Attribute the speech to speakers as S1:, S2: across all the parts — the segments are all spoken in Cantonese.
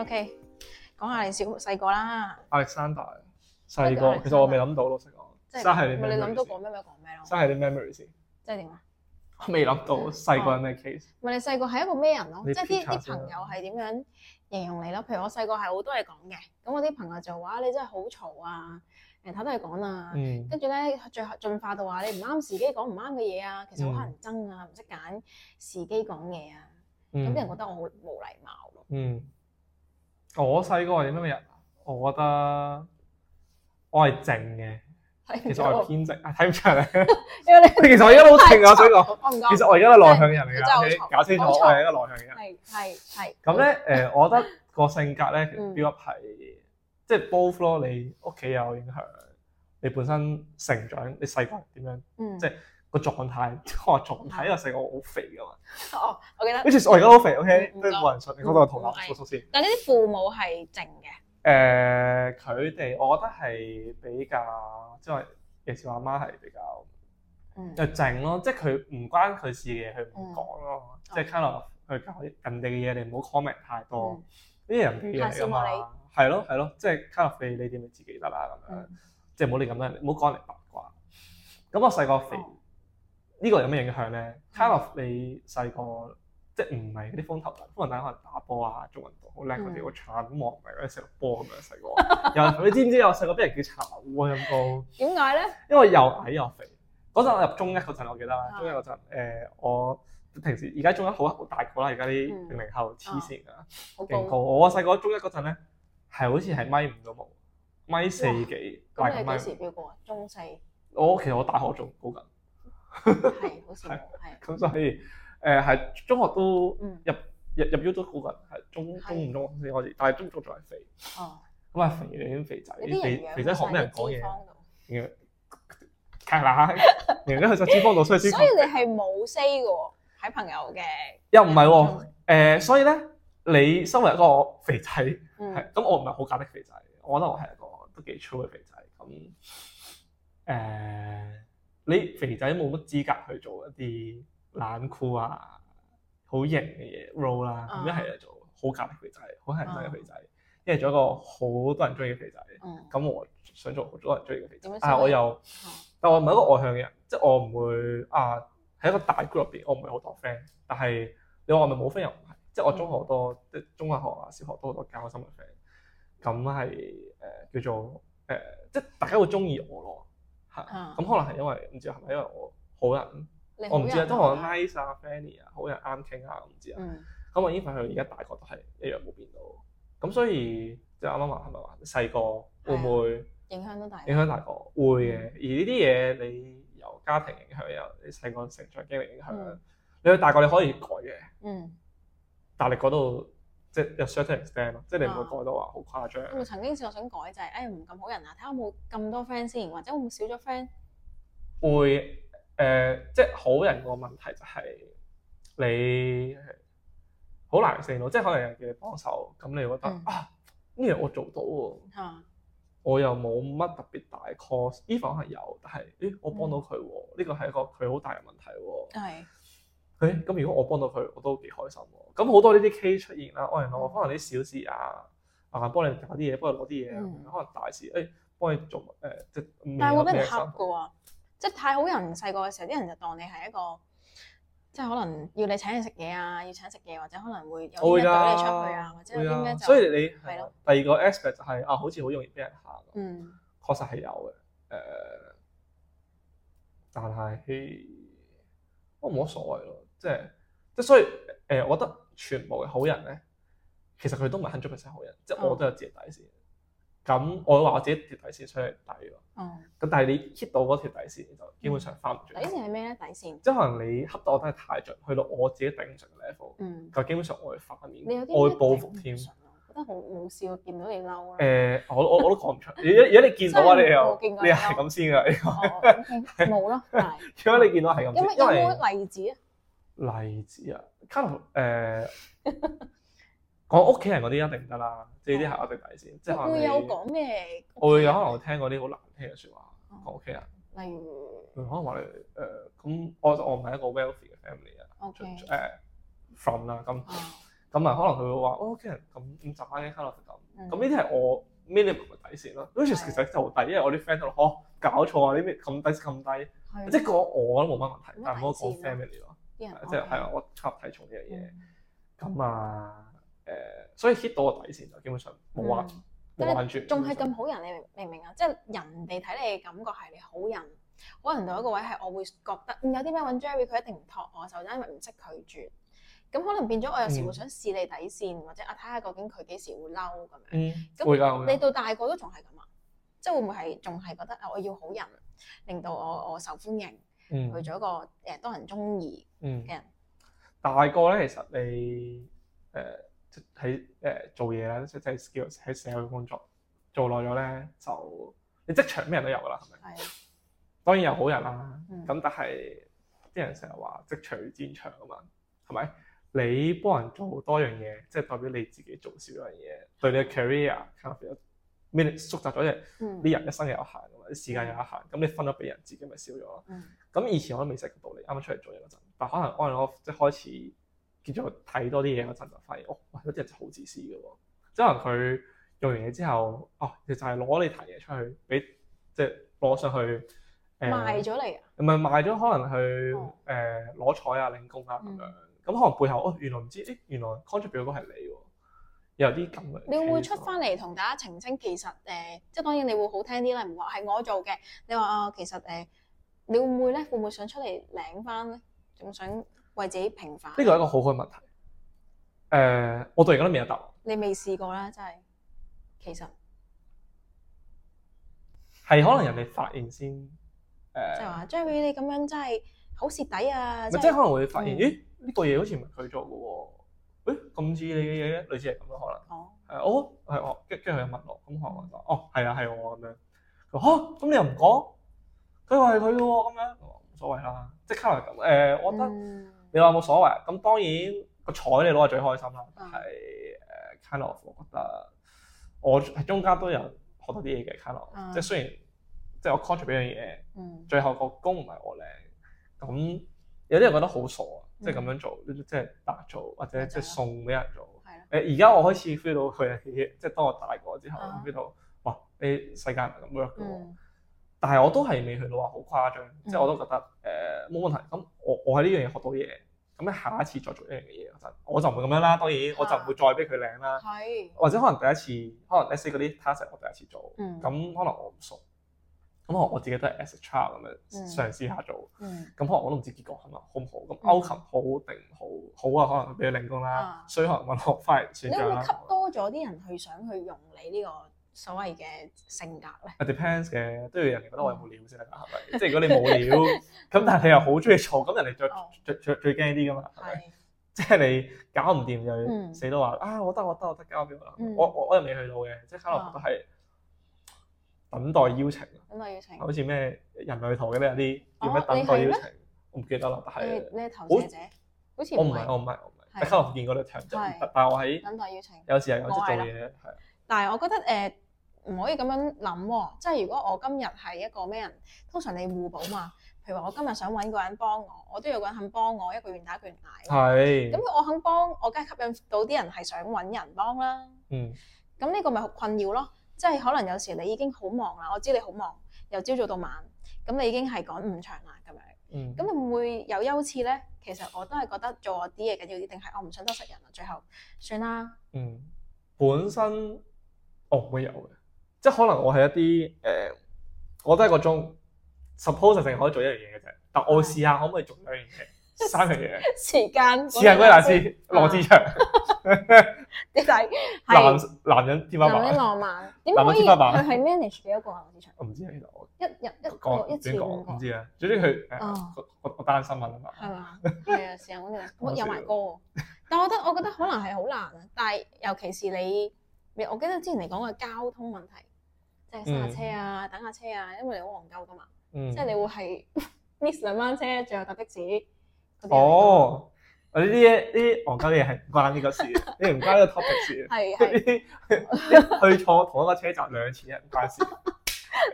S1: OK，講下你小細個啦，
S2: Alexander 細個，其實我未諗到老實講，真
S1: 即係
S2: 係你
S1: 咪你諗
S2: memory 先
S1: 到講咩咪講咩咯，
S2: 真係啲 memory 先。
S1: 即係點啊？
S2: 我未諗到細個有咩 case，
S1: 咪你細個係一個咩人咯？
S2: 你
S1: 即係啲
S2: picture
S1: 啲
S2: 先啊
S1: 朋友係點樣形容你咯？譬如我細個係好多嘢講嘅，咁我啲朋友就話你真係好嘈啊，誒睇都係講啊，
S2: 嗯，
S1: 跟住咧最後進化到話你唔啱時機講唔啱嘅嘢啊，其實好乞
S2: 嗯
S1: 人憎啊，唔識揀時機講嘢啊，咁啲人
S2: 嗯，
S1: 覺得我好冇禮貌咯。
S2: 嗯，我細個係咩人啊？我覺得我係靜嘅，
S1: 睇
S2: 其
S1: 唔
S2: 實
S1: 到
S2: 我係
S1: 我，
S2: 偏靜，啊睇唔出嚟。
S1: 因為你
S2: 其實我而家都好靜啊，我想講，
S1: 我唔
S2: 其
S1: 講，
S2: 實我而家都內向嘅人嚟
S1: 真係好
S2: 㗎，你
S1: 嘈
S2: 搞清楚，
S1: 好
S2: 我
S1: 嘈
S2: 係一個內向嘅人。
S1: 係係係。
S2: 咁咧，誒，我覺得個性格咧，其實
S1: 嗯
S2: build up 係即係 both 咯，你屋企有影響，你本身成長，你細個係點樣
S1: 嗯，
S2: 即係個狀態， 我話狀態，因為細個我好肥㗎嘛
S1: 哦，我記得，
S2: ，which is 我而家都肥，OK，
S1: 嗯
S2: 都冇人信，你講到我同學叔叔先。
S1: 但呢啲父母係靜嘅，
S2: 誒，佢哋我覺得係比較，即係尤其是我阿媽係比較
S1: 嗯
S2: 又靜咯，即係佢唔關佢事嘅嘢，佢唔講
S1: 哦
S2: 咯，即係 kind of 佢搞人哋嘅嘢，你唔好 comment 太多。
S1: 嗯
S2: 呢啲人嘅嘢嚟㗎嘛
S1: 下次我，
S2: 係咯係咯，即係卡洛菲你哋咪自己得啦咁樣，
S1: 嗯
S2: 即係唔好理咁多人，唔好講人哋八卦。咁我細個肥，
S1: 哦嗯
S2: 呢個有咩影響咧？卡洛你細個即係唔係嗰啲風頭躉，風頭躉可能打波啊、做運動好叻嗰
S1: 嗯
S2: 啲，我鏟王嚟嗰啲成個波咁樣細 個。又你知唔知我細個俾人叫殘烏咁高？
S1: 點解咧？
S2: 因為又矮又肥。嗰陣我入中一嗰陣，我記得啦
S1: 啊，
S2: 中一嗰陣誒我平時而家中一好好大個啦，而家啲
S1: 嗯
S2: 零零後黐線㗎。
S1: 好
S2: 勁高！
S1: 高，
S2: 我細個中一嗰陣咧，係好似係米五都冇，米四幾，大概
S1: 咁你
S2: 米
S1: 幾時
S2: 五。
S1: 飆過啊？中四係
S2: 我其實我大學仲高緊，
S1: 好似冇係，
S2: 咁所以誒係、中學都
S1: 嗯
S2: 入入 U 都高緊，係中
S1: 係
S2: 中五中學先開始，但係中中仲係肥，
S1: 哦，
S2: 咁啊肥已經肥仔，
S1: 你啲人
S2: 肥
S1: 養
S2: 肥仔學
S1: 晒
S2: 咩人
S1: 啲
S2: 講
S1: 脂
S2: 嘢
S1: 肪度，
S2: 然後？梗係 啦，然後咧佢就脂肪度，所以脂
S1: 所以
S2: 肪
S1: 你係冇 say 嘅喎，喺朋友嘅，
S2: 又唔係
S1: 有
S2: 喎誒，所以咧你身為一個肥仔。
S1: 嗯
S2: 係，咁我唔係好假的肥仔，我覺得我係一個都幾 true 嘅肥仔。咁誒、你肥仔冇乜資格去做一啲冷酷啊、好型嘅嘢 role 啦。咁一係就做好假的肥仔，好乞人憎嘅肥仔，一係做一個好多人中意嘅肥仔。
S1: 嗯，
S2: 咁我想做好多人中意嘅肥仔
S1: 點樣，
S2: 但啊係我又
S1: 嗯，
S2: 但我唔係一個外向嘅人，即係我唔會啊喺一個大 group 入邊，我唔會好多 friend。但係你話我係咪冇 friend 又唔係，即係我中學好
S1: 嗯
S2: 多，即係中學學啊、小學都好多交心嘅 friend。咁係誒叫做誒、呃即係大家會中意我咯，係
S1: 嗯
S2: 咁可能係因為唔知係咪因為我好人，
S1: 你
S2: 我唔知啊，
S1: 好人
S2: 即係我
S1: 啊
S2: nice 啊、friendly 啊、好人啱傾啊，我唔知啊。
S1: 嗯
S2: 咁我 even 佢而家大個都係一樣冇變到。咁所以即係啱啱話係咪話細個會
S1: 啊
S2: 唔會？
S1: 影響到大家
S2: 影，響大個會嘅，
S1: 嗯
S2: 而呢啲嘢你由家庭影響，由你細個成長經歷影響，
S1: 嗯
S2: 你去大個你可以改嘅，
S1: 嗯，
S2: 但係你改到即係有 certain extent 咯，即係你唔會
S1: 啊嗯
S2: 改到話好誇張。
S1: 我曾經試過想改就係，哎唔咁好人啊，睇下有冇咁多 friend 先，或者會唔會少咗 friend？
S2: 會誒、呃即係好人個問題就係你好難承認到，即係可能有人叫你幫手，咁你會覺得、
S1: 嗯
S2: 啊呢樣我做到喎。
S1: 嚇，
S2: 我又冇乜特別大 cause，even 可能有，但係，咦，我幫到佢喎，呢個係一個佢好大嘅問題喎。
S1: 係，
S2: 誒咁如果我幫到佢，我都幾開心喎。咁好多呢啲 case 出現啦，我人
S1: 嗯
S2: 我可能啲小事啊，啊幫你搞啲嘢，幫你攞啲嘢，
S1: 嗯
S2: 可能大事誒、幫你做誒、即係未
S1: 但係
S2: 有
S1: 會俾人
S2: 咩
S1: 恰
S2: 生
S1: 嘅喎，即係太好人細個嘅時候，啲人就當你係一個。即係可能要你請你食嘢啊，要請食嘢或者可能會有
S2: 我
S1: 啲
S2: 會
S1: 咩懟你出
S2: 㗎，
S1: 去啊，或者
S2: 會
S1: 有啲咩
S2: 㗎
S1: 就
S2: 所以你係啦
S1: 係咯
S2: 第二個 aspect 就係、啊，好似好容易俾人蝦咁，
S1: 嗯。
S2: 確實係有嘅誒、呃但係我冇乜所謂咯，即係即係所以誒、我覺得全部嘅好人咧，其實佢都唔係 hundred percent 好人，即係我
S1: 嗯
S2: 都有自己底線。咁我話我自己條底線出嚟抵咯，
S1: 哦，
S2: 咁但係你 hit 到嗰條底線就基本上翻唔轉
S1: 底
S2: 頭，
S1: 嗯線係咩咧？底線，
S2: 即係可能你恰到我真係太盡，去到我自己頂唔順嘅 level，
S1: 嗯，
S2: 就基本上我會反面，
S1: 你有啲
S2: 我會
S1: 咩
S2: 報
S1: 頂
S2: 復
S1: 唔
S2: 添。
S1: 順
S2: 誒、
S1: 啊覺得好冇試過見到你嬲啊啦。
S2: 我我我都講唔出。如果如果你見到啊，
S1: 真係
S2: 你
S1: 冇
S2: 又
S1: 見過
S2: 你
S1: 人
S2: 係
S1: 咯
S2: 咁先㗎。
S1: 哦，OK，冇咯， 係。
S2: 如果你見到係咁
S1: 有冇
S2: 先，
S1: 有
S2: 因
S1: 冇例子啊？
S2: 為例子啊，卡羅 誒講屋企人嗰啲一定唔得啦，即係呢啲係我哋底線。即係可
S1: 哦會
S2: 能
S1: 有
S2: 你
S1: 講咩？
S2: 我會有可能我聽嗰啲好難聽嘅説話
S1: 哦
S2: 講屋企人。
S1: 例如
S2: 佢可能話你呃誒咁，我我唔係一個 wealthy 嘅 family 啊，
S1: 哦，OK，
S2: 誒 from 啦，咁
S1: 啊，
S2: 咁咁啊可能佢會話哦屋企人咁咁渣嘅 c o l o 咁，
S1: 嗯
S2: 咁呢啲係我 minimum 嘅底線咯。which is
S1: 係
S2: 其實就好低，因為我啲 friend 都話哦搞錯啊，呢啲咁低咁低，
S1: 係
S2: 即係講我都冇乜問題
S1: 冇乜，
S2: 但係唔好講
S1: 底線啊
S2: family 咯，
S1: 啲人哦
S2: 即係係啊，我插睇重呢樣
S1: 嗯
S2: 嘢。咁啊誒，所以 hit 到個底線就基本上冇話
S1: 嗯
S2: 冇話住，
S1: 仲係咁好人，你明明唔明啊？即係人哋睇你嘅感覺係你好人，可能到一個位係我會覺得，嗯有啲咩揾 Jerry 佢一定唔托我手，就因為唔識拒絕。咁可能變咗我有時會
S2: 嗯
S1: 想試你底線，或者啊睇下究竟佢幾時會嬲咁樣。
S2: 嗯
S1: 咁
S2: 會㗎會㗎。
S1: 你到大個都仲係咁啊？即係會唔會係仲係覺得啊我要好人，令到我我受歡迎，
S2: 嗯
S1: 去做一個誒、呃多人中意
S2: 嗯
S1: 嘅人。
S2: 大個咧，其實你誒即喺誒做嘢啦，即即係 skill 喺社會工作做耐咗咧，就你職場咩人都有噶啦，係咪？
S1: 係
S2: 當然有好人啦，
S1: 嗯
S2: 咁、但係啲人成日話職場與戰場啊嘛，係咪？你幫人做多樣嘢，即係代表你自己做少樣嘢，對你嘅 career 啊 kind of 有 minute 縮窄咗，因為
S1: 嗯
S2: 啲人一生有限啊噶嘛，啲時間有限，咁你分咗俾人，自己咪少咗咯。
S1: 嗯
S2: 咁以前我都未識個道理，啱啱出嚟做嘢嗰陣，但可能 on and off 即係開始見咗睇多啲嘢嗰陣，就發現哦，哇有啲人真係好自私嘅喎，即係可能佢用完嘢之後，哦，其實就係攞你壇嘢出去俾即係攞上去誒，呃
S1: 賣咗你啊！
S2: 唔係賣咗，可能去
S1: 哦
S2: 誒攞彩啊、領工啊咁樣，咁可
S1: 嗯、
S2: 能背後哦原來唔知，誒原來 contract 表嗰個係你喎，有啲咁嘅 case 咯。
S1: 你會唔會出翻嚟同大家澄清？其實誒、呃即係當然你會好聽啲啦，唔話係我做嘅。你話啊，其實誒、呃你會唔會咧？會唔會想出嚟領翻咧？仲想為自己平反？
S2: 呢個係一個好好嘅問題。誒、我到而家都未有答案。
S1: 你未試過啦，真係。其實
S2: 係可能人哋發現先，誒、
S1: 即係話 Jerry 你咁樣真係好蝕底啊！
S2: 咪
S1: 真
S2: 即係
S1: 係
S2: 可能會發現，
S1: 嗯
S2: 咦呢、個嘢好似唔係佢做嘅喎，誒咁似你嘅嘢咧，類似係咁咯，
S1: 哦，
S2: 可能誒哦係我，跟跟住佢又問我，咁可能我就哦係啊係我咁樣，佢話嚇咁你又唔講，佢話係佢嘅喎咁樣，我話冇所謂啦，即刻係咁誒，我覺得
S1: 嗯
S2: 你話有冇所謂，咁當然個彩你攞係最開心啦，但係誒
S1: 嗯
S2: kind of 我覺得我喺中間都有學到啲嘢嘅 kind of，
S1: 嗯
S2: 即係雖然即係我 contract 俾樣嘢。
S1: 嗯
S2: 最後個工唔係我領，咁有啲人覺得好傻啊，
S1: 嗯
S2: 即係咁樣做，即係白做或
S1: 啊
S2: 者即係送俾人做。
S1: 係啦，
S2: 誒而家我開始 feel 到佢嘅嘢，即係當我大個之後
S1: 啊
S2: 我，feel 到哇，你世界唔係咁 work 嘅喎。
S1: 嗯
S2: 但係我都係未去到話好誇張，即係我都覺得誒冇問題。咁我我喺呢樣嘢學到嘢，咁你下一次再做一樣嘅嘢嗰陣，我就唔會咁樣啦。當然我就唔會再俾佢領啦。
S1: 係
S2: 或者可能第一次，可能 let's say 嗰啲 task 係我第一次做，咁、
S1: 嗯
S2: 可能我唔熟，咁我我自己都係 as a child 咁樣
S1: 嗯
S2: 嘗試下做，
S1: 嗯
S2: 咁可能我都唔知結果係咪好唔好，咁
S1: 嗯
S2: outcome 好定唔好，好啊可能俾佢領工啦
S1: 啊，
S2: 所以可能揾我翻嚟
S1: 你
S2: 選
S1: 會
S2: 擇
S1: 唔會
S2: 啦
S1: 吸。多咗啲人去想去用你呢個所謂嘅性格咧？
S2: It depends 嘅，都要人哋覺得我有冇料先得㗎，係咪？即係如果你冇料， 咁但係你又好中意做，咁人哋最
S1: 哦
S2: 最最最驚啲㗎嘛，係咪？
S1: 係
S2: 即係你搞唔掂就
S1: 嗯
S2: 死都話啊，我得我得我得交俾我啦。
S1: 嗯啊
S2: 我我我又未去到嘅，即係可能都係等待邀請。
S1: 咁啊，要澄
S2: 好似咩人類圖嘅咧有啲
S1: 哦
S2: 叫咩等待
S1: 你
S2: 邀
S1: 係咩
S2: 請，我唔記得啦。但
S1: 你
S2: 係
S1: 你係投
S2: 好
S1: 射者，好似
S2: 我唔係我唔係我唔係，
S1: 係
S2: 但可能見過呢個 term 啫
S1: 係
S2: 但但係我喺
S1: 等待邀請。
S2: 有時係有時
S1: 我
S2: 做
S1: 係啦
S2: 嘢咧係
S1: 但係我覺得誒唔、可以咁樣諗喎、即係如果我今日係一個咩人，通常你互補嘛。譬如話我今日想揾個人幫我，我都有個人肯幫我，一個願打一個願挨。
S2: 係
S1: 咁我肯幫，我梗係吸引到啲人係想揾人幫啦。
S2: 嗯
S1: 咁呢個咪好困擾咯。即係可能有時你已經好忙啦，我知你好忙，由朝早到晚，咁你已經係趕唔長啦咁樣。
S2: 嗯
S1: 咁你會唔會有優次咧？其實我都係覺得做我啲嘢緊要啲，定係我唔想得失人啊？最後算啦，
S2: 嗯，本身我唔會有嘅，即係可能我係一啲誒，我都係個鐘 suppose 淨係可以做一樣嘢嘅啫，但我會試下可唔可以做兩樣 嘢、三樣嘢，
S1: 時間
S2: 試下歸大
S1: 先，
S2: 師羅志祥，
S1: 你睇係
S2: 男男人天花
S1: 男
S2: 板
S1: 人。浪漫，點
S2: 男人
S1: 可以
S2: 天花板
S1: 佢係 manage 幾多個啊？市場
S2: 我唔知啊，其實我
S1: 一日一個
S2: 講
S1: 一
S2: 亂
S1: 次五
S2: 講
S1: 個
S2: 唔知啊。總之佢
S1: 哦
S2: 誒個個個單新聞啊嘛，
S1: 係嘛？係啊，時間嗰啲
S2: 講笑
S1: 我有埋歌喎，但我覺得我覺得可能係好難啊。但係尤其是你，你我記得之前你講嘅交通問題，即係塞下車啊、等下車啊，因為你好戇鳩噶嘛，
S2: 嗯
S1: 即係你會係 miss 兩班車，最後搭的士嗰啲人嚟啊㗎。
S2: 哦，呢啲呢啲戇鳩嘢係唔關呢 個事嘅，呢唔關呢個 topic 事嘅。
S1: 係係。
S2: 呢啲去坐同一個車站兩次係唔關事。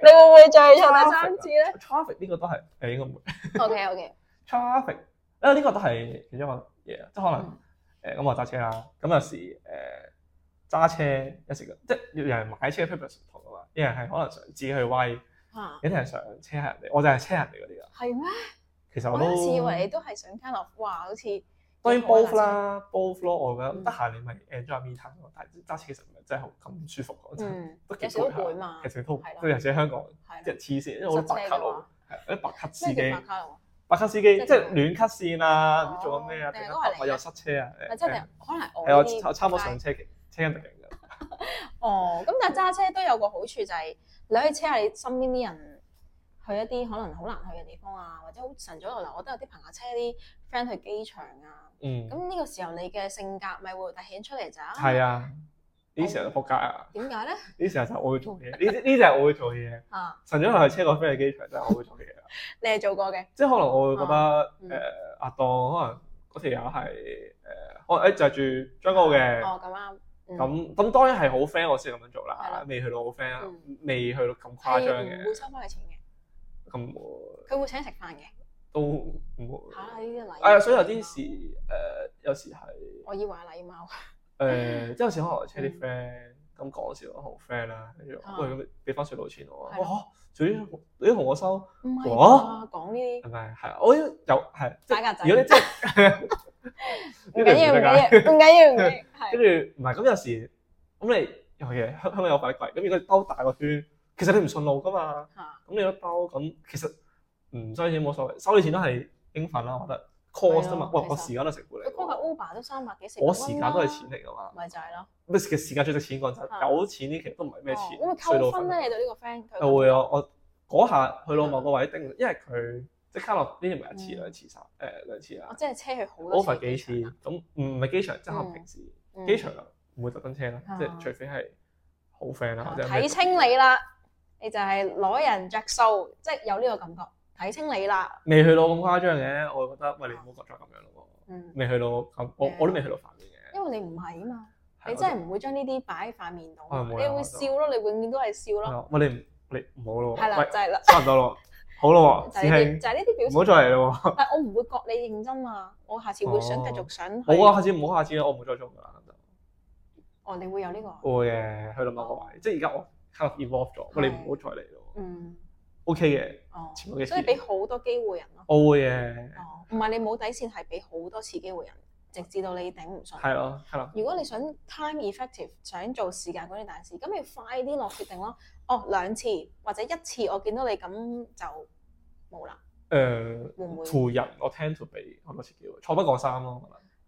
S1: 你會唔會再錯第三 次咧
S2: Traffic 呢個都係誒應該唔會。
S1: ？OK OK，
S2: Traffic 因為呢個都係其中一個嘢，即係可能
S1: 嗯
S2: 誒咁我揸車啦，咁有時誒揸車有時即係有人買車 purpose 唔同噶啊嘛，有人係可能想自己去威，
S1: 嚇
S2: 有啲人想車下人哋，我就係車人哋嗰啲啦。
S1: 嗯啊
S2: 啊
S1: 係咩？
S2: 其實
S1: 我
S2: 我
S1: 有次以
S2: 都
S1: 為你都係想 kind of 哇，好似
S2: 當然
S1: 有可能
S2: both 啦，both 咯，我覺得
S1: 嗯
S2: 得閒你咪 enjoy me time 咯，但係揸車其實唔係真係好咁舒服講真。
S1: 嗯，
S2: 都
S1: 有
S2: 幾
S1: 時都
S2: 攰下
S1: 攰嘛，
S2: 其實都
S1: 係啦
S2: 都有時喺香港
S1: 係
S2: 啲
S1: 啦
S2: 人黐線，因為好多白卡佬
S1: 實際嘅話，
S2: 係啲白卡司
S1: 咩
S2: 機
S1: 叫白，卡路啊？
S2: 白卡司機
S1: 即係
S2: 即係亂 cut 線啊，唔知做緊咩啊，
S1: 哦
S2: 突然間
S1: 定係嗰個嚟
S2: 搭我又塞車啊，
S1: 咪真係可能我
S2: 係我
S1: 呢啲
S2: 差差唔多
S1: 街
S2: 上車期車緊定㗎。
S1: 哦，咁但係揸車都有個好處就係、你可以車下你身邊啲人去一啲可能好難去嘅地方啊，或者好晨早流流，我都有啲朋友車啲 friend 去機場啊。
S2: 嗯，
S1: 咁呢個時候你嘅性格咪會凸顯出嚟咋？
S2: 係啊，呢時候就仆街啊，
S1: 點解咧？
S2: 呢時候就我會做嘢，呢啲呢就係我會做嘢。
S1: 啊，
S2: 晨早流流車個 friend 去機場真係我會做嘢啊，
S1: 你係做過嘅，
S2: 即係可能我會覺
S1: 嗯
S2: 得誒阿當可能嗰條友係誒可能誒就係住將澳嘅。
S1: 哦咁啱，嗯
S2: 咁咁當然係好 friend 我先咁樣做
S1: 係
S2: 啦
S1: 啦，
S2: 未去到好 friend，啊
S1: 嗯
S2: 未去到咁誇張
S1: 係唔會
S2: 嘅，
S1: 收翻佢錢嘅，
S2: 咁我
S1: 佢會請食飯嘅
S2: 都唔
S1: 嚇
S2: 會。
S1: 呢啲禮。
S2: 係啊，所以有啲時誒，有時係
S1: 我以為係禮貌，
S2: 誒，
S1: 嗯
S2: 即係有時可能我車啲 friend 咁講笑，好 friend 啦，跟住
S1: 啊
S2: 我喂咁俾翻水路錢我啊，
S1: 係
S2: 哇
S1: 咯
S2: 嚇，仲要你都同我收，
S1: 唔係
S2: 哇
S1: 啩講呢啲
S2: 係咪係啊？我有係，即係
S1: 打格 仔，
S2: 如果你真係 呢個得㗎
S1: 唔緊要唔緊要唔緊要唔緊要，
S2: 跟
S1: 係
S2: 住唔係咁有時咁你尤其係香香港有塊櫃，咁如果你兜大個圈，其實你唔順路噶嘛。
S1: 嚇
S2: 咁你一兜咁，其實唔收你錢冇所謂，收你錢都係應份啦，我覺得 cost 啊嘛，
S1: 係
S2: 喂
S1: 啊，
S2: 我
S1: 其實
S2: 時間都係成本嚟
S1: 佢 call 架
S2: 㗎，
S1: Uber 都三百幾四百
S2: 我
S1: 蚊
S2: 時間都係錢啊
S1: 啦
S2: 嚟㗎嘛，
S1: 咪就係咯。
S2: 咩嘅時間最值錢講真，
S1: 係啊
S2: 有錢啲其實都唔係咩
S1: 哦
S2: 錢，
S1: 會唔會
S2: 隧道
S1: 扣分咧？你對呢個 friend 佢
S2: 又會我我嗰下去到某個位叮，因為佢即係卡落呢啲唔係一次
S1: 嗯
S2: 兩次三誒兩次
S1: 我
S2: 啦
S1: 真係車佢好多
S2: ，over 幾次咁唔係機場，即係可能
S1: 嗯
S2: 平時
S1: 嗯
S2: 機場唔會特登車啦，即
S1: 啊
S2: 係除非係好 friend 啦，或者咩
S1: 睇清你啦，你就係攞人着數，即係有呢個感覺，睇清你啦，
S2: 未去到咁誇張嘅，我會覺得喂你唔好再咁樣咯喎。
S1: 嗯，
S2: 未去到咁，我
S1: 嗯
S2: 我都未去到反面嘅。
S1: 因為你唔係啊嘛，
S2: 係
S1: 你真係唔會將呢啲擺喺塊面度
S2: 我
S1: 嘛，
S2: 係
S1: 你
S2: 冇啦
S1: 會笑咯，你永遠都係笑
S2: 啊我
S1: 咯，
S2: 就，喂你唔你唔好咯喎，
S1: 係啦，
S2: 啊喂
S1: 就係啦，
S2: 差唔多咯，好咯
S1: 就
S2: 喎，
S1: 係呢
S2: 師
S1: 啲
S2: 兄
S1: 就係呢啲表
S2: 唔
S1: 情，
S2: 好再嚟咯喎。
S1: 但我唔會覺你認真嘛，我下次會想繼續想去，
S2: 好啊，下次唔好下次啦，我唔會再做噶啦。
S1: 嗯哦，你會有呢個，
S2: 會嘅，去到某個
S1: 哦
S2: 位，即係而家我 kind of evolve 咗，喂你唔好再嚟咯喎。
S1: 嗯，
S2: OK 嘅，
S1: 哦，
S2: 前面嘅
S1: 所以
S2: 事
S1: 俾好多機會人咯，
S2: 我會嘅，
S1: 哦，唔係你冇底線，係俾好多次機會人，直至到你頂唔順。
S2: 係咯，係咯，
S1: 如果你想 time effective，想做時間管理大事，咁你快啲落決定咯。哦，兩次或者一次，我見到你咁就冇啦，會唔會
S2: 誒，途人我 tend to 俾好多次機會，錯不過三咯，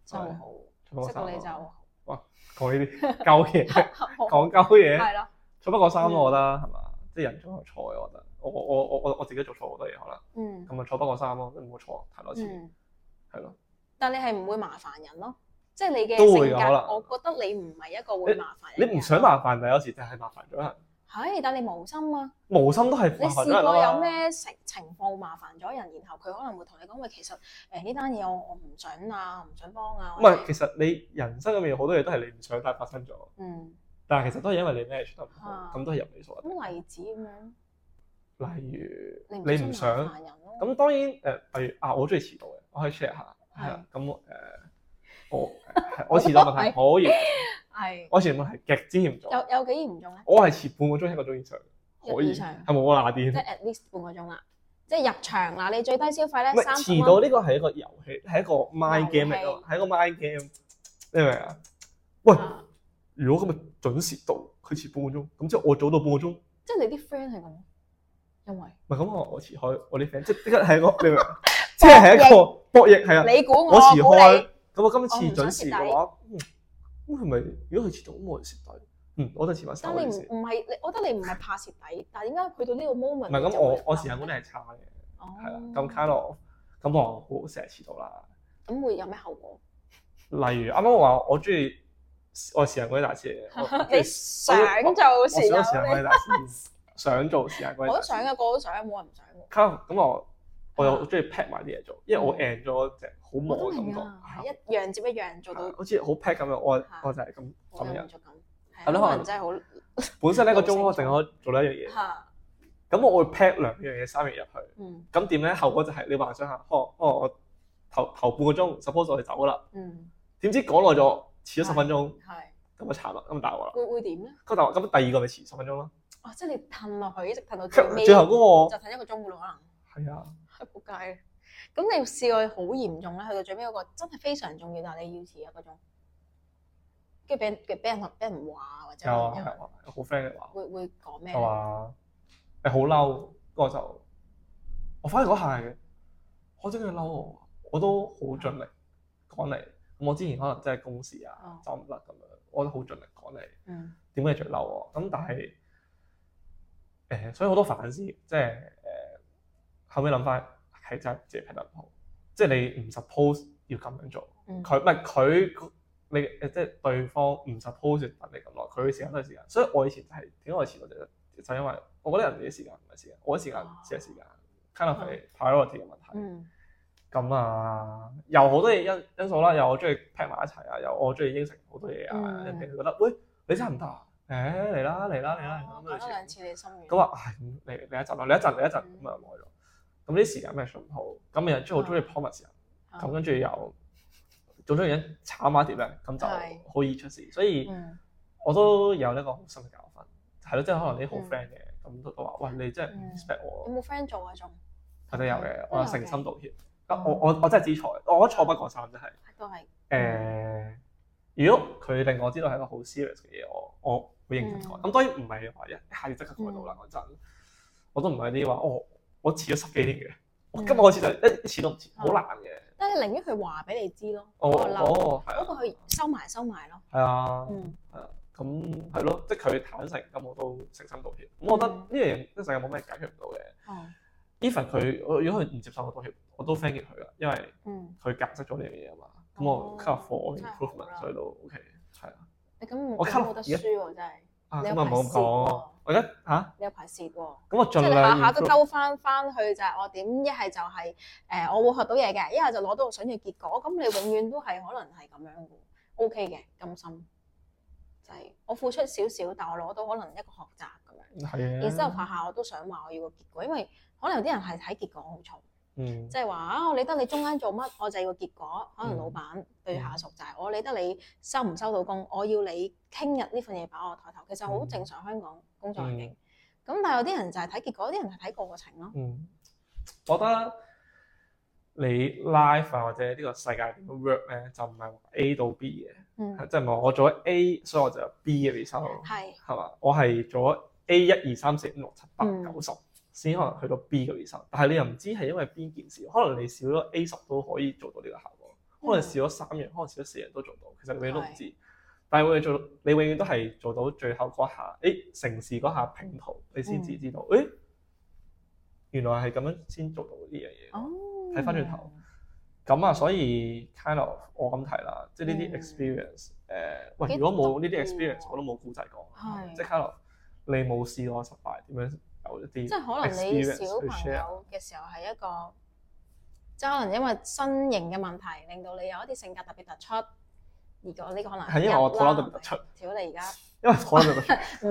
S1: 就好。
S2: 可能錯
S1: 識
S2: 不過
S1: 到
S2: 三
S1: 你就
S2: 咯。
S1: 好
S2: 講 呢啲鳩嘢， 講鳩嘢。
S1: 係嗯咯，
S2: 錯不過三啊咯，我覺得係嘛，即係人總有錯嘅，我覺得。我我我我我自己做錯好多嘢，可能
S1: 嗯
S2: 咁啊錯不過三咯，都唔好錯太多次，
S1: 嗯，
S2: 係咯。
S1: 但你係唔會麻煩人咯，即係你嘅
S2: 都會㗎
S1: 性
S2: 可能
S1: 格，我覺得你唔係一個會麻煩
S2: 你
S1: 人嘅人。
S2: 唔想麻煩，但有時就係麻煩咗人，
S1: 係，但你無心啊！
S2: 無心都係
S1: 你
S2: 麻煩
S1: 試
S2: 咗人
S1: 過
S2: 啊
S1: 有
S2: 嘛
S1: 咩情情況麻煩咗人，然後佢可能會同你講喂，其實誒呢單嘢我我唔準啊，我唔想幫啊。
S2: 唔
S1: 或者
S2: 係，其實你人生入面好多嘢都係你唔想，但係發生咗。
S1: 嗯，
S2: 但係其實都係因為你 manage 得唔好
S1: 啊，
S2: 咁都係入你所
S1: 咁例子咁樣。
S2: 得。例如
S1: 你
S2: 你唔想
S1: 麻煩人咯，
S2: 咁當然誒，例如啊，我中意遲到嘅，我可以 share 下。係啊，咁誒我係我遲 到問題好嚴重，
S1: 係
S2: 我遲到問題極之嚴重。
S1: 有有幾嚴重咧？
S2: 我係遲半個鐘一個鐘以上，可
S1: 以
S2: 以
S1: 上
S2: 係冇拿
S1: 即
S2: 電。
S1: 係 at least 半個鐘啦，即係入場嗱，你最低消費
S2: 唔
S1: 咧
S2: 係
S1: 三十
S2: 遲到
S1: 蚊。
S2: 呢個係一個遊戲，係一個 mind
S1: 遊戲
S2: game 嚟㗎嘛，係一個 mind game，你明唔明啊？喂，
S1: 啊
S2: 如果今日準時到，佢遲半個鐘，咁即係我早到半個鐘，唔
S1: 即係你啲 friend 係咁，因為
S2: 係咁我我遲開，我啲 friend 即即刻係一 個，你明唔明啊？即係係一個博弈係啊，
S1: 你估我，
S2: 我遲
S1: 估
S2: 開
S1: 你，，
S2: 咁我今次
S1: 我唔想
S2: 準時嘅話，嗯咁係咪如果佢遲到，咁我就蝕底？嗯，我都遲翻三
S1: 但
S2: 個
S1: 你
S2: 月
S1: 唔
S2: 先。
S1: 唔係，你我覺得你唔係怕蝕底，但係點解去到呢個 moment
S2: 唔係咁，我我時間管理
S1: 理
S2: 係差嘅，係
S1: 係
S2: 啦。咁 kind of，咁我好成日遲到啦。
S1: 咁會有咩後果？
S2: 例如啱啱我話我中意我係時間管理大師嚟嘅，我
S1: 你想做
S2: 我
S1: 時
S2: 想時間
S1: 候
S2: 管
S1: 你，
S2: 理大師， 想做時間管理
S1: 我
S2: 大
S1: 都想啊
S2: 師。
S1: 嘅，個個都想，冇人唔想嘅。
S2: 咁咁我我又中意 pack 埋啲嘢做，因為我 end 咗隻好忙
S1: 嗯我都
S2: 嘅感
S1: 明
S2: 覺
S1: 啊，
S2: 係啊，啊
S1: 係一樣接一樣做到
S2: 好似好 pack 咁樣，我我就係咁咁
S1: 好有滿
S2: 樣。
S1: 足感。
S2: 係咯可能
S1: 可能真係好
S2: 本身呢個鐘我淨可以做得一樣嘢，
S1: 嚇，
S2: 咁我會 pack 兩樣嘢三樣入去，
S1: 嗯
S2: 咁點咧？後果就係你幻想下，哦哦我頭頭半個鐘 suppose 我哋走啦，
S1: 嗯。
S2: 點點知講耐咗，遲咗十分鐘，
S1: 係
S2: 咁就啊慘啦，咁就大鑊啦。
S1: 會會點咧？
S2: 咁大鑊，咁第二個咪遲十分鐘咯。
S1: 哦，即係你褪落去，一直褪到最尾，
S2: 最後嗰
S1: 就褪一個鐘噶咯，
S2: 個係啊，
S1: 可能係仆街。咁你試過好嚴重咧，去到最尾嗰個真係非常重要，但係你要遲一個鐘，跟住俾人俾俾人俾人話或者
S2: 有啊，有
S1: 因為
S2: 啊，有好 friend 嘅話，
S1: 會會講咩啊
S2: 就？話你好嬲，我就我反而嗰下係嘅，我真係嬲我，我都好盡力講你。咁我之前可能真係公事啊
S1: 哦，
S2: 走唔甩咁樣，我都好盡力講你。
S1: 嗯
S2: 點解你最嬲我？咁但係誒、所以好多反思，即係誒、後尾諗翻係真係自己 plan 得唔好，即係你唔 suppose 要咁樣做，
S1: 嗯，
S2: 佢唔係佢你誒即係對方唔 suppose 要等你咁耐，佢嘅時間都係時間，所以我以前就係點解我遲到就係就因為我覺得人哋嘅時間唔係時間，我嘅時間只係時間，kind of 係 priority 嘅問題。
S1: 啊嗯
S2: 咁啊，有好多嘢因因素啦，有我中意劈埋一齊啊，有我中意應承好多嘢啊，
S1: 嗯
S2: 人哋覺得喂你真係唔得啊，誒嚟啦嚟啦嚟啦啊
S1: 哦
S2: 咁
S1: 講
S2: 類
S1: 多兩
S2: 似，
S1: 次你心軟。
S2: 咁話啊唉咁你你一陣啦，你一陣你一陣
S1: 嗯
S2: 咁啊耐咗，咁啲時間 match 唔好，咁有人中意好中意 promise 人，
S1: 啊
S2: 咁跟住又總之有人炒埋碟咧，咁就
S1: 係
S2: 好易出事，所以
S1: 嗯
S2: 我都有呢個好深嘅教訓，係咯，即係可能你好
S1: 嗯
S2: friend 嘅，咁都都話喂你真係唔
S1: 嗯
S2: respect
S1: 有
S2: 我，
S1: 冇 friend 做啊？仲
S2: 或者有嘅，我
S1: 都有
S2: 誠
S1: 嘅
S2: 心道歉，
S1: 哦
S2: 我我我真係知錯，我覺得錯不過三真係。
S1: 都係
S2: 誒、如果佢令我知道係一個好 serious 嘅嘢，我我會認真
S1: 嗯
S2: 改。咁、當然唔係話一一下就即刻改到啦，講真，我都唔係啲話哦，我遲咗十幾年嘅，我
S1: 嗯
S2: 今日開始就一一次都唔遲，
S1: 哦
S2: 好難嘅。
S1: 但係寧願佢話俾你知咯，
S2: 哦
S1: 我嬲，
S2: 哦，係
S1: 不
S2: 啊，
S1: 過佢收埋收埋咯。
S2: 係啊，
S1: 嗯
S2: 咁係咯，即係佢坦誠，咁我都誠心道歉。咁我覺得
S1: 嗯
S2: 呢樣嘢呢世界冇咩解決唔到嘅。
S1: 哦
S2: even 佢，我如果佢唔接受我道歉，我都 thank you 佢啦，因為
S1: 嗯，
S2: 佢解釋咗呢樣嘢啊嘛。咁我 cut
S1: 哦
S2: for
S1: 真係好啦
S2: improvement，所以都 OK，係啊。
S1: 你咁唔
S2: 我
S1: 咁
S2: cut
S1: 冇得
S2: 而
S1: 輸
S2: 家
S1: 喎，真係
S2: 啊，
S1: 你有
S2: 咁啊
S1: 排
S2: 冇咁
S1: 試
S2: 講，
S1: 喎
S2: 我而家嚇，
S1: 你有排蝕喎。
S2: 咁我
S1: 即係
S2: 盡
S1: 你
S2: 量
S1: 下下都
S2: improve
S1: 兜翻翻去就係我點一係就係、呃我會學到嘢嘅，一係就攞到我想要結果。咁你永遠都係可能係咁樣嘅，OK 嘅，甘心就係、我付出少少，但我攞到可能一個學習咁樣。
S2: 係啊，
S1: 然之後下下我都想話我要個結果，因為可能有啲人係睇結果好重，
S2: 嗯
S1: 即係話啊，我理得你中間做乜，我就要個結果。可能
S2: 嗯
S1: 老闆對
S2: 嗯
S1: 下屬就係、我理得你收唔收到工，我要你聽日呢份嘢擺我台頭。其實好
S2: 嗯
S1: 正常香港工作環境。咁、但係有啲人就係睇結果，有啲人係睇過程咯。
S2: 嗯，我覺得你 life 啊或者呢個世界點樣 work 咧，就唔係話 A 到 B
S1: 嗯，
S2: 嘅，即係唔係話我做咗 A，所以我就有 B 嘅 result
S1: 係，
S2: 係嘛？我係做咗 A 一二三四五六七八
S1: 嗯
S2: 九十先可能去到 B 嘅 result，但係你又唔知係因為邊件事，可能你少咗 A 十都可以做到呢個效果。
S1: 嗯
S2: 可能少咗三樣，可能少咗四樣都做到，其實你永遠都唔知。但係我哋做到，你永遠都係做到最後嗰下，誒城市嗰下拼圖，你先
S1: 嗯
S2: 至知道，誒、原來係咁樣先做到呢樣嘢。
S1: 哦，
S2: 睇返轉頭，咁啊，所以 kind of 我咁睇啦，即係呢啲
S1: 嗯
S2: experience，誒、喂，呃
S1: 幾
S2: 如果冇呢啲
S1: 獨立喎
S2: experience，我都冇故仔講。
S1: 係
S2: 即係 kind of 你冇試過失敗，點樣有一啲
S1: 即係可能你
S2: experience
S1: 小
S2: 去
S1: 朋
S2: share？
S1: 友嘅時候係一個，即係可能因為身形嘅問題，令到你有一啲性格特別突出。而個呢個可能
S2: 係因為我肚腩特別突出，
S1: 屌你而家
S2: 因為可 能
S1: 唔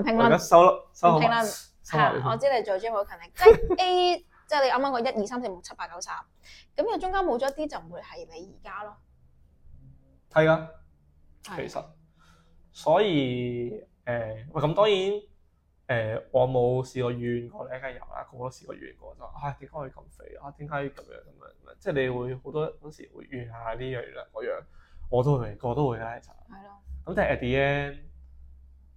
S1: 評
S2: 我而家
S1: 論，
S2: 收收
S1: 唔評
S2: 埋
S1: 論
S2: 收
S1: 係
S2: 埋呢
S1: 啦
S2: 啲
S1: 我知你做 gym 好勤力，即係 A，即係你啱啱講一二三四五六七八九十，咁又中間冇咗一啲就唔會係你而家咯。
S2: 係啊。其
S1: 係
S2: 實，所以誒，喂、咁當然誒、我冇試過怨過你，梗係有啦，個個都試過怨過就，啊點解可以咁肥啊？點解咁樣咁樣咁樣？即係你會好多嗰時會怨下呢樣啦嗰樣，我都會，個都會啦，其實。
S1: 係咯，
S2: 咁但係 at the end，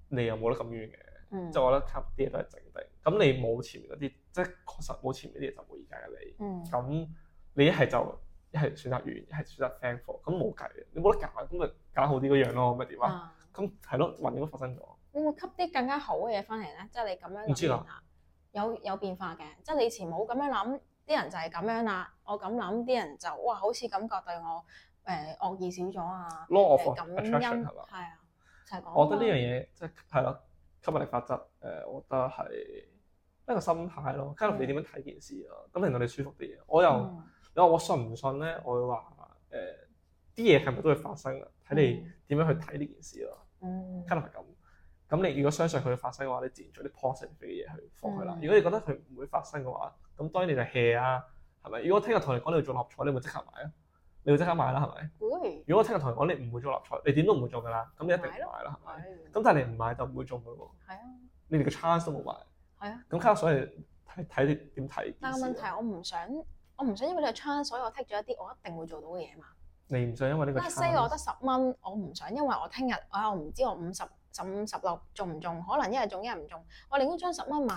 S2: 你又冇得咁怨嘅，
S1: 嗯
S2: 即係我覺得吸啲嘢都係整定。咁你冇前面嗰啲，即係確實冇前面啲嘢就冇而家嘅你。
S1: 嗯
S2: 咁你一係就一係選擇遠，一係選擇 thankful，咁冇計嘅，你冇得揀，咁咪揀好啲嗰樣咯，咪點啊？
S1: 啊，
S2: 咁係咯，運都發生咗，
S1: 會唔會吸啲更加好嘅嘢翻嚟咧？即係你咁樣諗
S2: 唔知啦
S1: 完啦，有有變化嘅，即係你以前冇咁樣諗，啲人就係咁樣啦。我咁諗，啲人就哇，好似感覺對我誒惡意少咗啊，
S2: law
S1: 誒
S2: of
S1: 感
S2: attraction
S1: 恩哦
S2: 係嘛？
S1: 係啊，就係講。
S2: 我覺得呢樣嘢即係係咯，吸引力法則誒、我覺得係一個心態咯，加入你點樣睇件事咯，咁令到你舒服啲嘢。我又、
S1: 嗯
S2: 你話我信唔信咧？我會話誒啲嘢係咪都會發生啊？睇你
S1: 嗯
S2: 點樣去睇呢件事咯。
S1: 嗯
S2: kind of 係咁。咁你如果相信佢會發生嘅話，你自然做啲 positive 嘅嘢去放佢啦。
S1: 嗯
S2: 如果你覺得佢唔會發生嘅話，咁當然你就 hea 啊，係咪？如果我聽日同你講你要做六合彩，你咪即刻買啊，你會即刻買啦，係咪？
S1: 會係
S2: 如果我聽日同人講你唔會中六合彩，你點都唔會中㗎啦，咁你一定唔
S1: 買咯
S2: 買啦，係咪？
S1: 係
S2: 咁但係你唔買就唔會中㗎喎，
S1: 係啊
S2: 你連個 chance 都冇買。
S1: 係啊，
S2: 咁卡所以睇睇你點睇件事咯。
S1: 但係問題我唔想我唔想因為呢個 chance，所以我剔咗一啲我一定會做到嘅嘢嘛。
S2: 你唔想因為呢個
S1: 啊 say
S2: chance
S1: 我得十蚊，我唔想因為我聽日啊我唔知我五十十五十六中唔中，可能一日中一日唔中，我寧願將十蚊買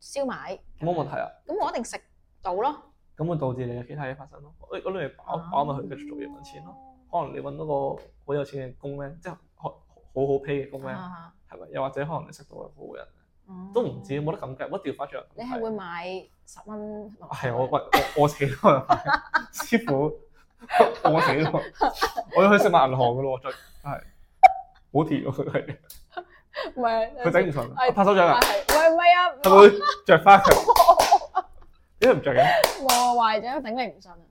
S1: 燒賣，
S2: 冇問題啊，
S1: 咁我一定食到咯。咁
S2: 咁會導致你嘅其他嘢發生咯。我我你飽
S1: 哦
S2: 飽咪去繼續做嘢揾錢咯。可能你揾到個好有錢嘅工咧，即係好好 pay 嘅工咧，
S1: 啊。
S2: 係咪？又或者可能你識到個好人，
S1: 哦
S2: 都唔知冇得咁計，冇得調翻轉
S1: 你
S2: 嚟咁計。
S1: 係會買十蚊落去？
S2: 係我喂我我死 啦！師傅， 我死啦！我要去食埋銀行嘅咯，我再係好甜喎佢係，
S1: 唔係
S2: 佢整唔順，
S1: 係
S2: 我拍手掌啊！
S1: 係喂唔係啊，
S2: 係咪會着花佢？ 點解唔着嘅？
S1: 我壞咗頂你唔順啊！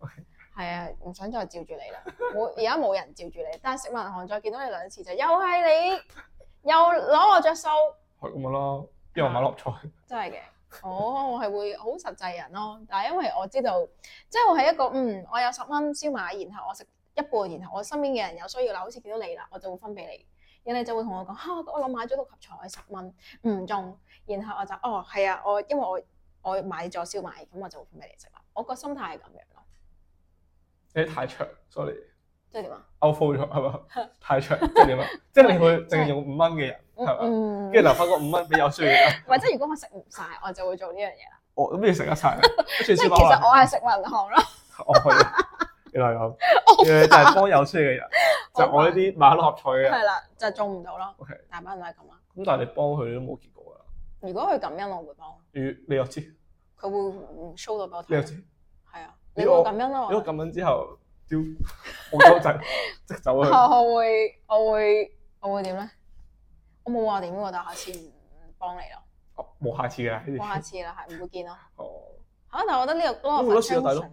S1: 係啊，唔想再照住你啦。冇而家冇人照住你，但係食物銀行再見到你兩次就又係你，又攞我着數，
S2: 係咁樣咯，因為我買六合彩，
S1: 真係嘅。哦，我係會好實際人咯，但係因為我知道，即係我係一個嗯，我有十蚊燒賣，然後我食一半，然後我身邊嘅人有需要啦，好似見到你啦，我就會分俾你。人哋就會同我講 嚇、我諗買咗六合彩十蚊唔中，然後我就哦係啊，我因為我我買咗燒賣，咁我就會分俾你食啦。我個心態係咁樣咯，
S2: 你太長，sorry。
S1: 即係點啊？
S2: out 咗係嘛？太長即係點 啊？即係你會淨係用五蚊嘅人
S1: 嗯
S2: 係嘛？
S1: 嗯
S2: 跟住留翻個五蚊俾有需要嘅人。
S1: 唔係，即係如果我食唔晒，我就會做呢樣嘢啦。
S2: 我咁你食啊得晒，即
S1: 即係其
S2: 啊
S1: 實我係食銀行咯，
S2: 我係哦啊 原來咁，原來就係幫有需要嘅人，就我呢啲買六合彩嘅人。
S1: 係啦，就做唔到咯。
S2: 啊 OK，
S1: 大班都係咁啦。啊
S2: 咁但係你幫佢你都冇結果㗎啦。
S1: 如果佢感恩，我會幫。
S2: 如你又知，
S1: 佢會唔 show 到俾我
S2: 你又
S1: 睇。
S2: 知，
S1: 係啊，你
S2: 如
S1: 會
S2: 果
S1: 感恩咯。
S2: 如果
S1: 我
S2: 咁樣之後，屌澳洲 仔即走咗去。
S1: 我會我會我會點咧？我冇話點喎，但下次唔唔幫你咯。
S2: 哦冇下次嘅啦呢
S1: 我下
S2: 啲。
S1: 次啦，係唔會見咯。
S2: 哦，
S1: 嚇！但係我覺得呢個
S2: 咁
S1: law
S2: 我
S1: of
S2: 覺得蝕咗底咯
S1: attraction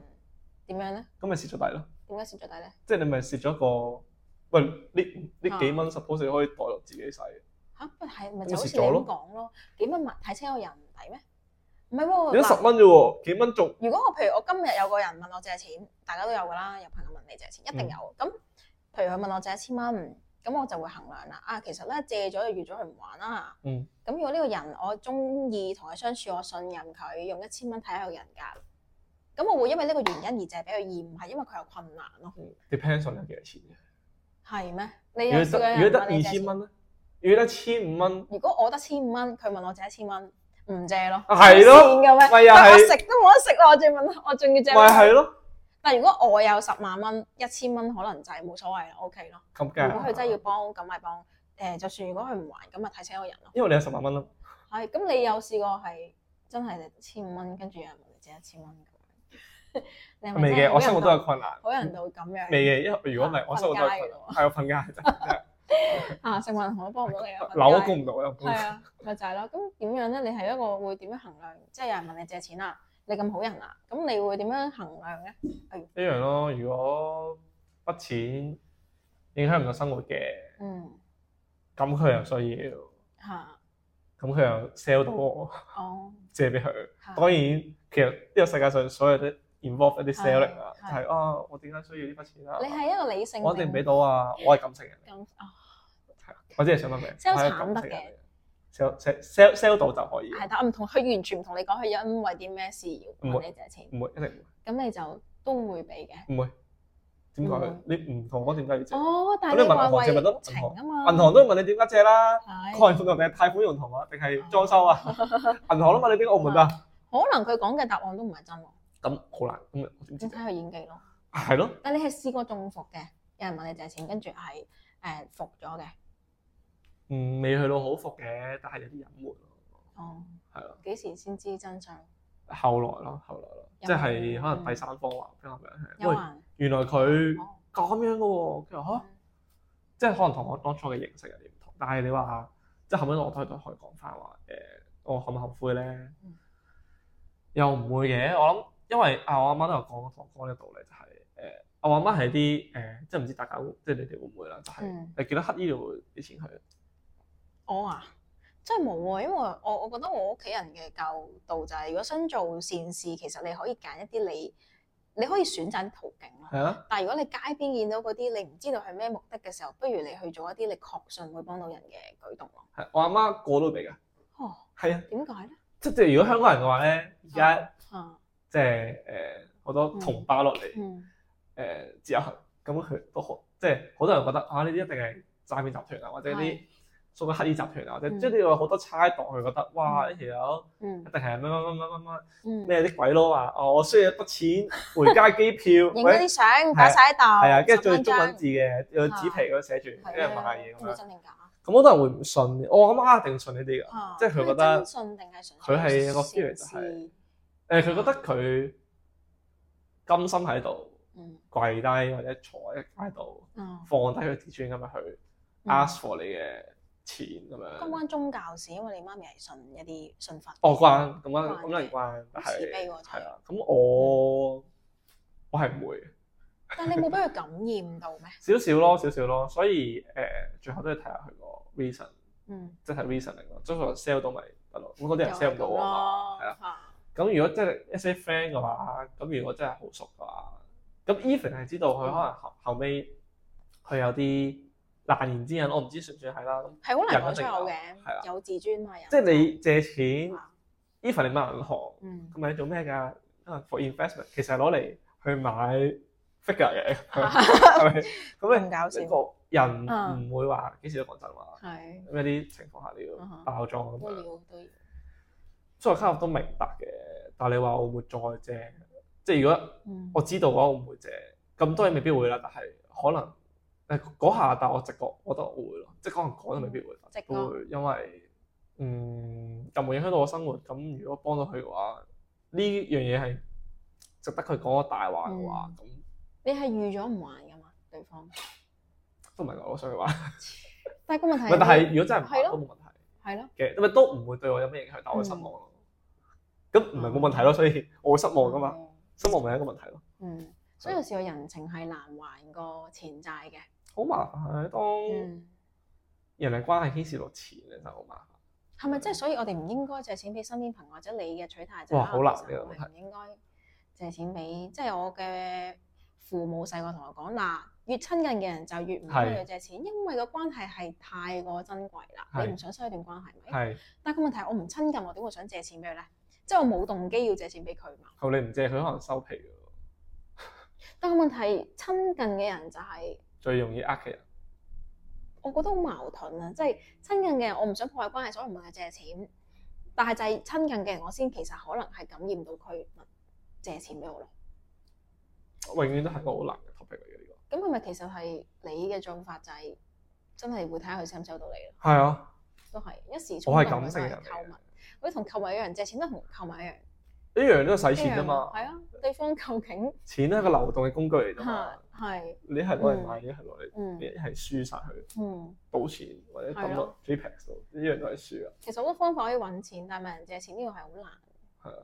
S1: 點樣咧？
S2: 咁咪蝕咗底咯。
S1: 點解蝕咗底咧？
S2: 即係你咪蝕咗個，喂呢
S1: 啊
S2: 呢幾蚊 suppose 你可以袋落自己使嘅。
S1: 嚇！不係咪
S2: 咁
S1: 就好
S2: 蝕
S1: 似你
S2: 咗
S1: 咁
S2: 咯
S1: 講咯？幾蚊物睇清一個人唔抵咩？唔係喎，
S2: 你得
S1: 嗱
S2: 十蚊啫喎，幾蚊仲
S1: 如果我譬如我今日有個人問我借錢，大家都有噶啦，有朋友問你借錢，一定
S2: 嗯
S1: 有。咁、譬如佢問我借一千蚊，咁我就會衡量啦。啊，其實咧借咗就預咗佢唔還啦。
S2: 嗯。
S1: 咁如果呢個人我中意同佢相處，我信任佢，用一千蚊睇下佢人格，咁我會因為呢個原因而借俾佢，而唔係因為佢有困難咯。
S2: depends on 有幾多錢嘅。
S1: 係咩？你
S2: 如
S1: 有
S2: 果
S1: 試過
S2: 得
S1: 有
S2: 如果
S1: 人
S2: 得
S1: 問
S2: 二
S1: 你借
S2: 千
S1: 錢？
S2: 蚊咧，如果得千五蚊，
S1: 如果我得千五蚊，佢問我借一千蚊，唔借咯。
S2: 係咯
S1: 黐線嘅咩？
S2: 咪又
S1: 但我
S2: 係
S1: 食都冇得食啦，我仲問，我仲要借
S2: 咪
S1: 俾佢。
S2: 係咯，
S1: 但如果我有十萬蚊、一千蚊，可能就係冇所謂啦，OK 咯。
S2: 咁梗
S1: 如果佢真係要
S2: 係。
S1: 幫，咁咪幫。誒、就算如果佢唔還，咁咪睇清一個人咯。
S2: 因為你有十萬蚊啦，
S1: 係，咁你有試過係真係千五蚊，跟住有人問你借一千蚊咁樣？ 你係咪
S2: 未
S1: 真係
S2: 嘅，
S1: 好
S2: 我生活
S1: 人
S2: 都
S1: 道
S2: 有困難。
S1: 好人道咁樣。
S2: 未嘅，因為如果唔係，我生活都有困難。係我瞓街 真係，
S1: 啊， 食運行都幫唔到你啊。
S2: 樓
S1: 瞓
S2: 我
S1: 街
S2: 供唔到，我供唔
S1: 係
S2: 到
S1: 啊，咪就係咯。咁點樣咧？你係一個會點樣衡量？即係有人問你借錢啊，你咁好人啊，咁你會點樣衡量咧？
S2: 一樣咯。如果筆錢影響唔到生活嘅，
S1: 嗯，
S2: 咁佢又需要，
S1: 嚇、
S2: 咁佢又 sell 到我
S1: 哦，
S2: 借俾佢。
S1: 嚇
S2: 當然，其實呢個世界上所有都 involve 一啲 selling 啊，就
S1: 係
S2: 係啊，我點解需要呢筆錢啊？
S1: 你係一個理性，
S2: 我一定俾到啊！我係感性人嚟，
S1: 咁啊。
S2: 我只係想問你
S1: sell
S2: 我係一個
S1: 慘
S2: 感
S1: 得
S2: 性人
S1: 嘅
S2: 嚟嘅 sell sell sell sell 到就可以，
S1: 係，但我唔同佢完全唔同你講，佢因為啲咩事要問你借錢，
S2: 唔會一定
S1: 咁你就都會俾嘅。
S2: 唔會。點解
S1: 唔
S2: 你唔同我點解要借？
S1: 嗯哦，但
S2: 咁
S1: 係
S2: 你
S1: 你
S2: 問
S1: 話
S2: 銀行借咪
S1: 為
S2: 得
S1: 情啊嘛，
S2: 銀行都問你點解借啦，
S1: 係
S2: 貸款用定係貸款用途啊，定係裝修 啊？銀行都問你點解澳門啊？
S1: 可能佢講嘅答案都唔係真喎，
S2: 咁好難，咁我點
S1: 你
S2: 知
S1: 睇？佢演技咯。
S2: 係咯，
S1: 但你係試過中伏嘅，有人問你借錢，跟住係誒服咗嘅。
S2: 嗯，未去到好服嘅，但係有啲隱瞞咯，
S1: 哦，
S2: 係啊咯，
S1: 幾時先知真相？
S2: 後來咯，後來咯，
S1: 有
S2: 即係
S1: 冇
S2: 可能第三方話俾我聽，
S1: 有
S2: 喂，
S1: 啊人
S2: 原來佢啊
S1: 哦
S2: 咁樣嘅喎，佢話嚇。即係可能同我當初嘅形式有啲唔同，但係你話即係後尾我都係都可以講翻話誒，我後唔後悔咧？
S1: 嗯
S2: 又唔會嘅，我諗因為啊，我阿媽都有講同我講呢個道理，就係、誒、我阿媽係啲誒，即係唔知大家會即係你哋會唔會啦，就係、
S1: 嗯
S2: 你見到乞衣就會俾錢佢，
S1: 我啊，真係冇喎，因為我我覺得我屋企人嘅教導就係、如果想做善事，其實你可以揀一啲你你可以選擇啲途徑啦。
S2: 係啊，
S1: 但係如果你街邊見到嗰啲你唔知道係咩目的嘅時候，不如你去做一啲你確信會幫到人嘅舉動咯。
S2: 係我阿媽過都俾㗎，
S1: 哦，
S2: 係啊，嗯
S1: 點解咧？
S2: 即係如果香港人嘅話咧，而家
S1: 啊，
S2: 即係誒好多同胞落嚟
S1: 嗯，
S2: 誒自由行，呃咁佢都好，即係好多人覺得啊呢啲一定係詐騙集團啊，或者啲
S1: 係
S2: 所謂黑衣集團啊，或者
S1: 嗯
S2: 即係有好多猜度，佢覺得哇
S1: 嗯
S2: 呢條友一
S1: 嗯，
S2: 定係乜乜乜乜乜乜。
S1: 嗯，
S2: 咩啲鬼佬話哦，我需要一筆錢回家機票，
S1: 影
S2: 或
S1: 咗
S2: 者
S1: 啲相擺晒喺度，
S2: 係啊，跟住
S1: 十
S2: 仲
S1: 蚊
S2: 中文
S1: 張啊
S2: 字嘅，有紙皮嗰度寫住，跟
S1: 係
S2: 住
S1: 啊
S2: 買嘢咁
S1: 唔知
S2: 樣。
S1: 真定假啊
S2: 咁好多人會唔信，我阿媽一定信呢啲㗎。
S1: 啊
S2: 即係佢覺得
S1: 真信定係純
S2: 佢係個
S1: 善
S2: theory 就係
S1: 事
S2: 誒，佢覺得佢甘心喺度
S1: 嗯
S2: 跪低或者坐喺街度，
S1: 啊
S2: 放低佢自尊咁樣去
S1: 嗯
S2: ask for 你嘅錢咁
S1: 關唔
S2: 樣。
S1: 關宗教事？因為你媽咪係信一啲信法。
S2: 哦，關咁樣咁
S1: 關
S2: 樣
S1: 嘅
S2: 關，但
S1: 好慈
S2: 係
S1: 悲喎真係
S2: 係啊。咁我我係唔會嘅。
S1: 但係你冇俾佢感染 到咩？
S2: 少少咯，少少咯，所以誒、最後都要睇下佢個 reason，
S1: 嗯，
S2: 即係 reasoning 咯。將佢 sell 到咪得咯，咁嗰啲人
S1: 又
S2: sell
S1: 係
S2: 唔
S1: 咁
S2: 到我嘛。
S1: 咯
S2: 係啊
S1: 啊
S2: 咁如果即係一些 friend 嘅話，咁如果真係好熟嘅話，咁 even 係知道
S1: 嗯
S2: 佢可能後後尾佢有啲難言之隱，我唔知算唔算係啦。咁
S1: 係好難講出口
S2: 人一定有係啊
S1: 嘅，有自尊嘛人。
S2: 即係你借錢
S1: 啊
S2: ，even 你問銀行，
S1: 嗯
S2: 咁咪做咩㗎？可能 for investment 其實係攞嚟去買 figure 嘅，係咪？咁
S1: 咁搞笑
S2: 你個人唔會話幾時都講真話。
S1: 係
S2: 咁有啲情況下你要
S1: 嗯哼
S2: 包裝咁
S1: 都
S2: 樣，
S1: 要都要。
S2: 所以卡我都明白嘅。但係你話我會再借，即係如果
S1: 嗯
S2: 我知道嘅話，我唔會借。咁當然未必會啦，但係可能誒嗰下，但我直覺我覺得我會咯，即係可能講都未必會，
S1: 直覺
S2: 都會因為嗯又冇影響到我生活。咁如果幫到佢嘅話，呢樣嘢係值得佢講個大話嘅話，
S1: 嗯
S2: 咁、
S1: 你係預咗唔還㗎嘛？對方，
S2: 都唔係我想去玩。
S1: 但係個問題
S2: 唔係，但係如果真係唔
S1: 係
S2: 玩都
S1: 咯，
S2: 冇問題。
S1: 係咯，嗯
S2: 嘅，咁咪都唔會對我有咩影響，但我會失望咯。咁唔係冇問題咯，所以我會失望噶嘛，
S1: 哦。
S2: 失望咪係一個問題咯。
S1: 嗯，所以有時個人情係難還過錢債嘅。
S2: 好麻煩，啊當
S1: 嗯，
S2: 人際關係牽涉到錢咧，真係好麻煩。
S1: 係咪即係所以我哋唔應該借錢俾身邊朋友，或者你嘅取態就係
S2: 哇
S1: 啊
S2: 好難
S1: 其實
S2: 呢個
S1: 我
S2: 問
S1: 係唔應該借錢俾，即係我嘅父母細個同我講嗱，越親近嘅人就越唔應該
S2: 係
S1: 要借錢，因為個關係係太過珍貴啦，
S2: 係
S1: 你唔想失去段關係咪？
S2: 係，
S1: 但係個問題係我唔親近，我點會想借錢俾佢咧？即係我冇動機要借錢俾佢嘛。
S2: 後你唔借佢可能收皮嘅喎，
S1: 但係個問題親近嘅人就係、
S2: 最容易呃嘅人。
S1: 我覺得好矛盾啊！即係親近嘅人，我唔想破壞關係，所以我唔問佢借錢。但係就係親近嘅人，我先其實可能係感染到佢問借錢俾我咯。
S2: 永遠都係個好難嘅 topic 嚟嘅呢個。
S1: 咁係咪其實係你嘅做法就係真係會睇下佢收唔收到你咯？
S2: 係啊，
S1: 都係一時衝
S2: 我係
S1: 動
S2: 感性嘅
S1: 或
S2: 人嚟
S1: 者係購
S2: 嘅
S1: 物，或者同購物一樣，借錢都同購物一樣，
S2: 一樣都係
S1: 一
S2: 使錢
S1: 樣
S2: 啫嘛
S1: 啊。係啊，對方 究竟
S2: 錢係一個流動嘅工具嚟啫嘛
S1: 嚇。係
S2: 你係攞嚟買，一係攞嚟，
S1: 嗯
S2: 你係輸晒佢，
S1: 嗯，
S2: 賭錢或者抌
S1: 係啊
S2: 落
S1: 咯
S2: JPEX 度，呢樣都係輸啊。
S1: 其實好多方法可以揾錢，但係問人借錢呢個係好難，
S2: 係啊，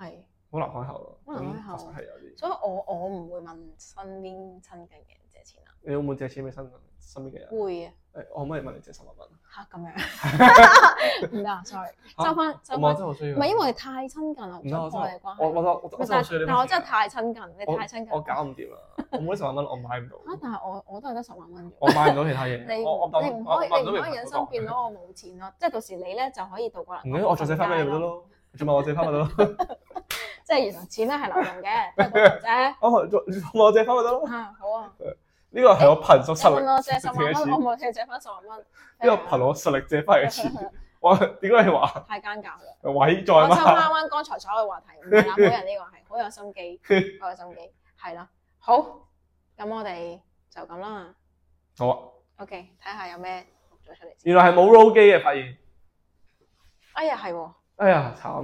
S1: 係。
S2: 好難開口咯。
S1: 好難開口啊
S2: 咁確實係啊有啲。
S1: 所以我我唔會問身邊親近嘅人借錢啦，啊
S2: 你有冇借錢俾身身邊嘅人？誒、
S1: 會啊。
S2: 我可唔可以問你借十萬蚊？
S1: 吓咁樣， 唔得啊，sorry，
S2: 嚇
S1: 收翻收
S2: 我
S1: 翻
S2: 真，係好需要。啊
S1: 唔係因為我哋太親近啦，
S2: 唔
S1: 唔
S2: 得，
S1: 想
S2: 我
S1: 破
S2: 真
S1: 你
S2: 係
S1: 嘅關
S2: 我我
S1: 係。
S2: 我我真係
S1: 但
S2: 好需要呢
S1: 但
S2: 筆
S1: 我真係
S2: 錢啊
S1: 太親近，你太親近，
S2: 我搞唔掂啦！我冇呢十萬蚊，我買唔到，
S1: 嚇但係我我都係得十萬蚊啫。
S2: 我買唔到其他
S1: 你
S2: 嘢。我我
S1: 你唔可以你唔可以忍
S2: 忍
S1: 心變到我冇錢咯，即係到時你咧就可以渡過嚟。
S2: 唔緊要，我再借翻
S1: 啊
S2: 俾你咪得。咯。再問我借翻咪得 咯。
S1: 即係原來錢咧係流動嘅，都係嗰度啫。
S2: 我再問我借翻咪得咯。
S1: 嚇好啊，
S2: 呢個係我憑
S1: 你
S2: 足 實力
S1: 問我借十萬
S2: 借錢
S1: 蚊，我冇借借翻十萬蚊。
S2: 呢個憑我實力借翻嚟嘅 錢。我點解你話
S1: 太奸狡啦！
S2: 委在
S1: 我收
S2: 嘛？
S1: 翻翻剛才所有話題，唔係啦，啊好人呢個係好有心機，好有心機，係啦。好，咁我哋就咁啦。
S2: 好啊，
S1: OK，睇下有咩錄咗出嚟先。
S2: 原來係冇 roll 機嘅發現。
S1: 哎呀，係喎。
S2: 哎呀，慘！